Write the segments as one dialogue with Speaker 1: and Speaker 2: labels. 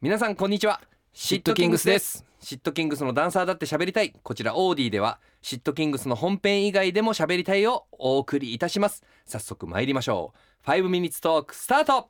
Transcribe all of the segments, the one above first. Speaker 1: 皆さんこんにちはシットキングスですシットキングスのダンサーだって喋りたいこちらオーディではシットキングスの本編以外でも喋りたいをお送りいたします早速参りましょう5ミニッツトークスタート
Speaker 2: ほ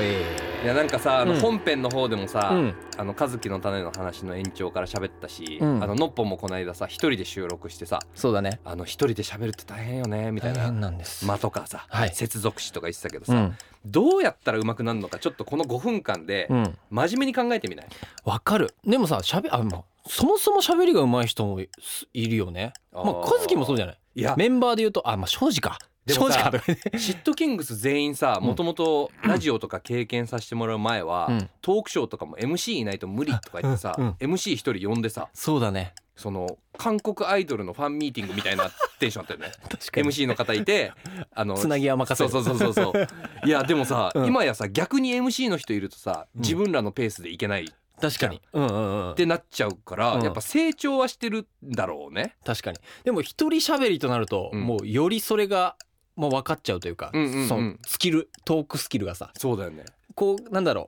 Speaker 2: え
Speaker 1: いやなんかさあの
Speaker 2: うん
Speaker 1: 本編の方でもさ、
Speaker 2: うん
Speaker 1: あの和樹の種の話の延長から喋ったし、
Speaker 2: うん
Speaker 1: あののっぽもこの間さ一人で収録してさ
Speaker 2: そうだね
Speaker 1: あの一人で喋るって大変よねみたい
Speaker 2: 大
Speaker 1: な
Speaker 2: 変なんです
Speaker 1: 間とかさ、
Speaker 2: はい
Speaker 1: 接続詞とか言ってたけど
Speaker 2: う
Speaker 1: さ、
Speaker 2: ん
Speaker 1: どうやったら上手くなるのかちょっとこの5分間で
Speaker 2: うん
Speaker 1: 真面目に考えてみない、
Speaker 2: わかるでもさしゃべあまあそもそも喋りが上手い人もいいるよねまあ
Speaker 1: あー
Speaker 2: 和樹もそうじゃない
Speaker 1: いや
Speaker 2: メンバーで言うとあまあ庄司か
Speaker 1: でも
Speaker 2: 庄司
Speaker 1: さ
Speaker 2: かとか言って
Speaker 1: シットキングス全員さ
Speaker 2: うん
Speaker 1: もともとラジオとか経験させてもらう前は、
Speaker 2: うん
Speaker 1: トークショーとかも MC いないと無理とか言ってさ、
Speaker 2: うんうん
Speaker 1: MC 一人呼んでさ
Speaker 2: そうだね
Speaker 1: その韓国アイドルのファンミーティングみたいなテンションだったよね
Speaker 2: 確かに
Speaker 1: MC の方いてあの
Speaker 2: つなぎは任せ
Speaker 1: そう
Speaker 2: る
Speaker 1: そうそうそうそういやでもさ、
Speaker 2: うん
Speaker 1: 今やさ逆に MC の人いるとさ
Speaker 2: うん
Speaker 1: 自分らのペースでいけないっ
Speaker 2: 確かにうんうんうん
Speaker 1: てなっちゃうから、
Speaker 2: うん
Speaker 1: やっぱ成長はしてるんだろうね。
Speaker 2: 確かにでも一人喋りとなると
Speaker 1: うん
Speaker 2: もうよりそれがまあ分かっちゃうというか
Speaker 1: うんうんうん
Speaker 2: そのスキルトークスキルがさ
Speaker 1: そうだよね
Speaker 2: こうなんだろう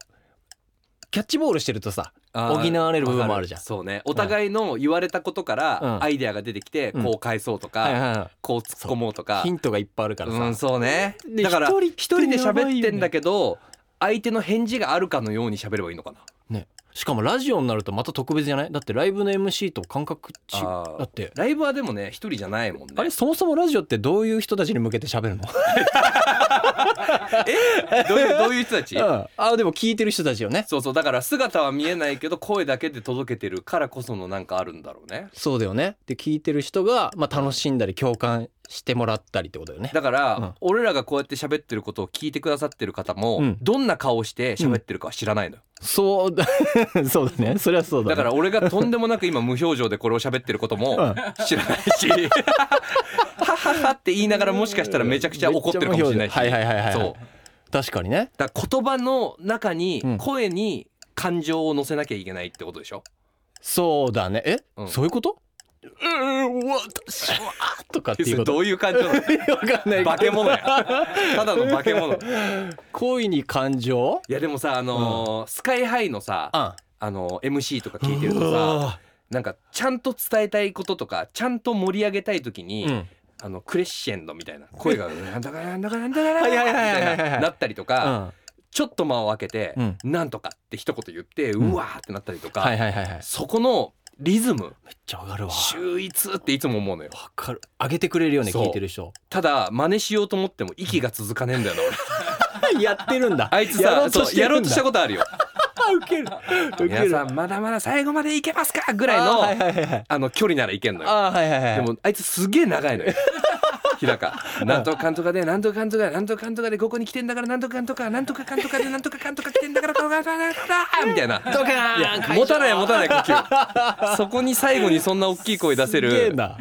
Speaker 2: キャッチボールしてるとさ
Speaker 1: あ
Speaker 2: 補
Speaker 1: ー
Speaker 2: われる部分もあるじゃん
Speaker 1: そうねお互いの言われたことから、
Speaker 2: うん
Speaker 1: アイデアが出てきて、
Speaker 2: うん
Speaker 1: こう返そうとか、
Speaker 2: はいはいはい
Speaker 1: こう突っ込もうとか
Speaker 2: ヒントがいっぱいあるからさ、
Speaker 1: うんそうね
Speaker 2: で
Speaker 1: だから
Speaker 2: 一人
Speaker 1: 一
Speaker 2: って
Speaker 1: 人で喋ってんだ
Speaker 2: やばいよね
Speaker 1: けど、相手の返事があるかのように喋ればいいのかな
Speaker 2: ね、しかもラジオになるとまた特別じゃないだってライブの MC と感覚ち
Speaker 1: あー
Speaker 2: だって
Speaker 1: ライブはでもね一人じゃないもんね
Speaker 2: あれそもそもラジオってどういう人たちに向けて喋 るの
Speaker 1: どういうどういう人た ち
Speaker 2: ああでも聞いてる人たちよね
Speaker 1: そうそうだから姿は見えないけど声だけで届けてるからこそのなんかあるんだろうね
Speaker 2: そうだよねで聞いてる人が、まあ、楽しんだり共感してもらったりってことだよね
Speaker 1: だから、
Speaker 2: うん
Speaker 1: 俺らがこうやって喋ってることを聞いてくださってる方も、
Speaker 2: うん
Speaker 1: どんな顔して喋ってるかは知らないのよ、
Speaker 2: そうだそう だねそれはそうだ,、
Speaker 1: だから俺がとんでもなく今無表情でこれを喋ってることも
Speaker 2: うん
Speaker 1: 知らないし はははって言いながらもしかしたらめちゃくちゃ怒ってるかもしれないし、
Speaker 2: はいはいはいはい
Speaker 1: そう
Speaker 2: 確かにね
Speaker 1: だから言葉の中に
Speaker 2: うん
Speaker 1: 声に感情を乗せなきゃいけないってことでしょ、
Speaker 2: そうだねえ、
Speaker 1: うん
Speaker 2: そういうことうーんうわ私 はとかって
Speaker 1: そ
Speaker 2: いう
Speaker 1: れ
Speaker 2: こと
Speaker 1: どういう感情なの
Speaker 2: わかんないけど
Speaker 1: 化け物やただの 化け物い
Speaker 2: 恋に感情
Speaker 1: やでもさあのースカイハイのさあ
Speaker 2: あ
Speaker 1: のー MC とか聞いてるとさなんかちゃんと伝えたいこととかちゃんと盛り上げたい時に、
Speaker 2: うん
Speaker 1: あのクレッシェンドみたいな声が「なんだかなんだかなんだかなんだか」
Speaker 2: は
Speaker 1: み
Speaker 2: いはいはいはいはい
Speaker 1: たいななったりとか、
Speaker 2: うん
Speaker 1: ちょっと間を空けて
Speaker 2: うん
Speaker 1: 「なんとか」って一言言って「
Speaker 2: ん
Speaker 1: うわ」ーってなったりとか、
Speaker 2: はいはいはいはい
Speaker 1: そこのリズム
Speaker 2: めっちゃわかるわ
Speaker 1: 秀逸っていつも思うのよ
Speaker 2: わかる上げてくれるよね
Speaker 1: そう
Speaker 2: 聞いてる人
Speaker 1: ただ真似しようと思っても息が続かねえん だよな俺
Speaker 2: やってるんだ
Speaker 1: あいつ
Speaker 2: やろ
Speaker 1: さ
Speaker 2: う
Speaker 1: そ
Speaker 2: と
Speaker 1: う
Speaker 2: して
Speaker 1: や
Speaker 2: る
Speaker 1: ろうんと
Speaker 2: だ
Speaker 1: したことある よ
Speaker 2: ウケるウケ
Speaker 1: 皆
Speaker 2: る
Speaker 1: さんまだまだ最後までいけますかぐ
Speaker 2: ぐ
Speaker 1: らいのあ,、
Speaker 2: はいはいはいはい
Speaker 1: の距離ならいけんのよ
Speaker 2: あーはいはいはい
Speaker 1: でもあいつすげえ長いのよ 日高 なんとかかんとかでなんとかかんとかなんとかかんとかでここに来てんだからなんとかかんとかなんとかかんとかでなんとかかんとか来てんだからここがだだだみたいな
Speaker 2: ドカーン
Speaker 1: いや持たない持たない呼吸そこに最後にそんな大きい声出せ
Speaker 2: すげえ
Speaker 1: る
Speaker 2: な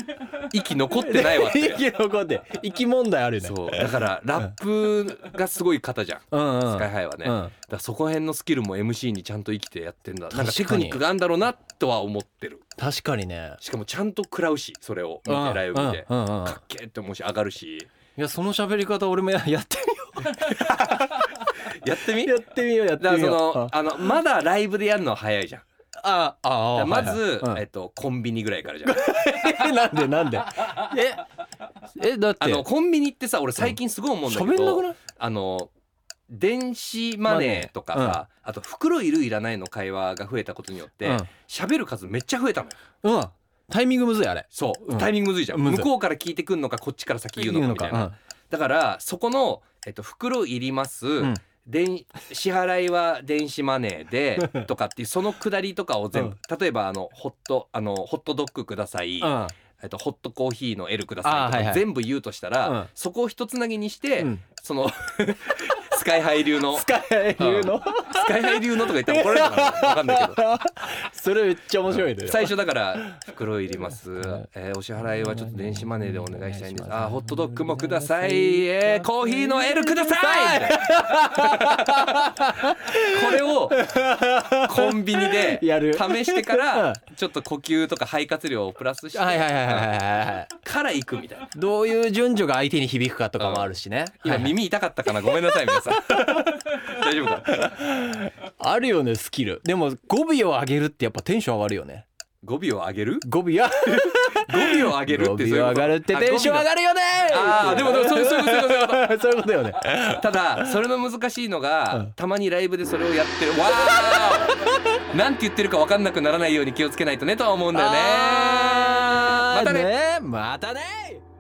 Speaker 1: 息残ってないわって
Speaker 2: 息残って息問題あるよね
Speaker 1: そうだからラップがすごい方じゃん
Speaker 2: うんうん
Speaker 1: スカイハイはね、
Speaker 2: うん
Speaker 1: だからそこら辺のスキルも MC にちゃんと生きてやってんだ
Speaker 2: かに
Speaker 1: なんかテクニックがあるんだろうなとは思ってる
Speaker 2: 確かにね
Speaker 1: しかもちゃんと食らうしそれを見てライブ見て
Speaker 2: う
Speaker 1: か
Speaker 2: んうんうんうん
Speaker 1: っけーって思うし上がるし
Speaker 2: いやその喋り方俺もややってみよ
Speaker 1: やってみ
Speaker 2: うやってみようや
Speaker 1: だ
Speaker 2: って
Speaker 1: から
Speaker 2: み
Speaker 1: そ
Speaker 2: よう
Speaker 1: のあのまだライブでやるのは早いじゃん
Speaker 2: ああ
Speaker 1: だ
Speaker 2: あ
Speaker 1: からま
Speaker 2: あ
Speaker 1: ず、
Speaker 2: はいはいうん
Speaker 1: えっと、コンビニぐらいからじゃん
Speaker 2: えなんでなんで ええだって
Speaker 1: あのコンビニってさ俺最近すごい思うんだけ
Speaker 2: 喋んな
Speaker 1: ど、
Speaker 2: くない
Speaker 1: あの電子マネーとかさ、
Speaker 2: マネ
Speaker 1: あと袋いるいらないの会話が増えたことによって
Speaker 2: うん
Speaker 1: 喋、る数めっちゃ増えたのよ
Speaker 2: うんタイミングむずいあれ
Speaker 1: そう、
Speaker 2: うん
Speaker 1: タイミングむずいじゃん
Speaker 2: むず
Speaker 1: 向
Speaker 2: い
Speaker 1: こうから聞いてくんのかこっちから先言うのかみたいな、だからそこの、えっと、袋いります、
Speaker 2: うんうん
Speaker 1: 電支払いは電子マネー でとかっていうそのくだりとかを全部、例えばあのホットあのホットドッグください、
Speaker 2: うん
Speaker 1: えっと、ホットコーヒーの L ください
Speaker 2: あ
Speaker 1: と
Speaker 2: ーはい
Speaker 1: か
Speaker 2: はい
Speaker 1: 全部言うとしたら、
Speaker 2: うん
Speaker 1: そこをひとつなぎにして、
Speaker 2: うん
Speaker 1: その スカイハイ流のス
Speaker 2: 使えるの
Speaker 1: カイハイ流のとか言ったら怒られるのかな分かんないけど
Speaker 2: それめっちゃ面白いね
Speaker 1: 最初だから袋いります
Speaker 2: はい、
Speaker 1: えーお支払いはちょっと電子マネーでお願いしたいんです
Speaker 2: お願い
Speaker 1: あ
Speaker 2: します
Speaker 1: ーホットドッグもください、えーコーヒーの L くださいみ たいなこれをコンビニで
Speaker 2: やる
Speaker 1: 試してか
Speaker 2: う
Speaker 1: ら
Speaker 2: ん
Speaker 1: ちょっと呼吸とか肺活量をプラスして
Speaker 2: はいはいはいはいはいはい
Speaker 1: から行くみたいな
Speaker 2: どういう順序が相手に響くかとかもあるしね
Speaker 1: 今
Speaker 2: はいはい
Speaker 1: 耳痛かったかなごめんなさい皆 さん大丈夫か
Speaker 2: あるよねスキルでも語尾を上げるってやっぱテンション上がるよね
Speaker 1: 語尾を上げる
Speaker 2: 語尾は
Speaker 1: 語尾を上げるって
Speaker 2: 語尾を上がるってテンション上
Speaker 1: る
Speaker 2: がるよね
Speaker 1: あーでもでもそういうそういうそういうそういうこと
Speaker 2: そういうことよね
Speaker 1: ただそれの難しいのが、
Speaker 2: うん
Speaker 1: たまにライブでそれをやってるわーなんて言ってるか分かんなくならないように気をつけないとねとは思うんだよね
Speaker 2: あー
Speaker 1: またね
Speaker 2: またね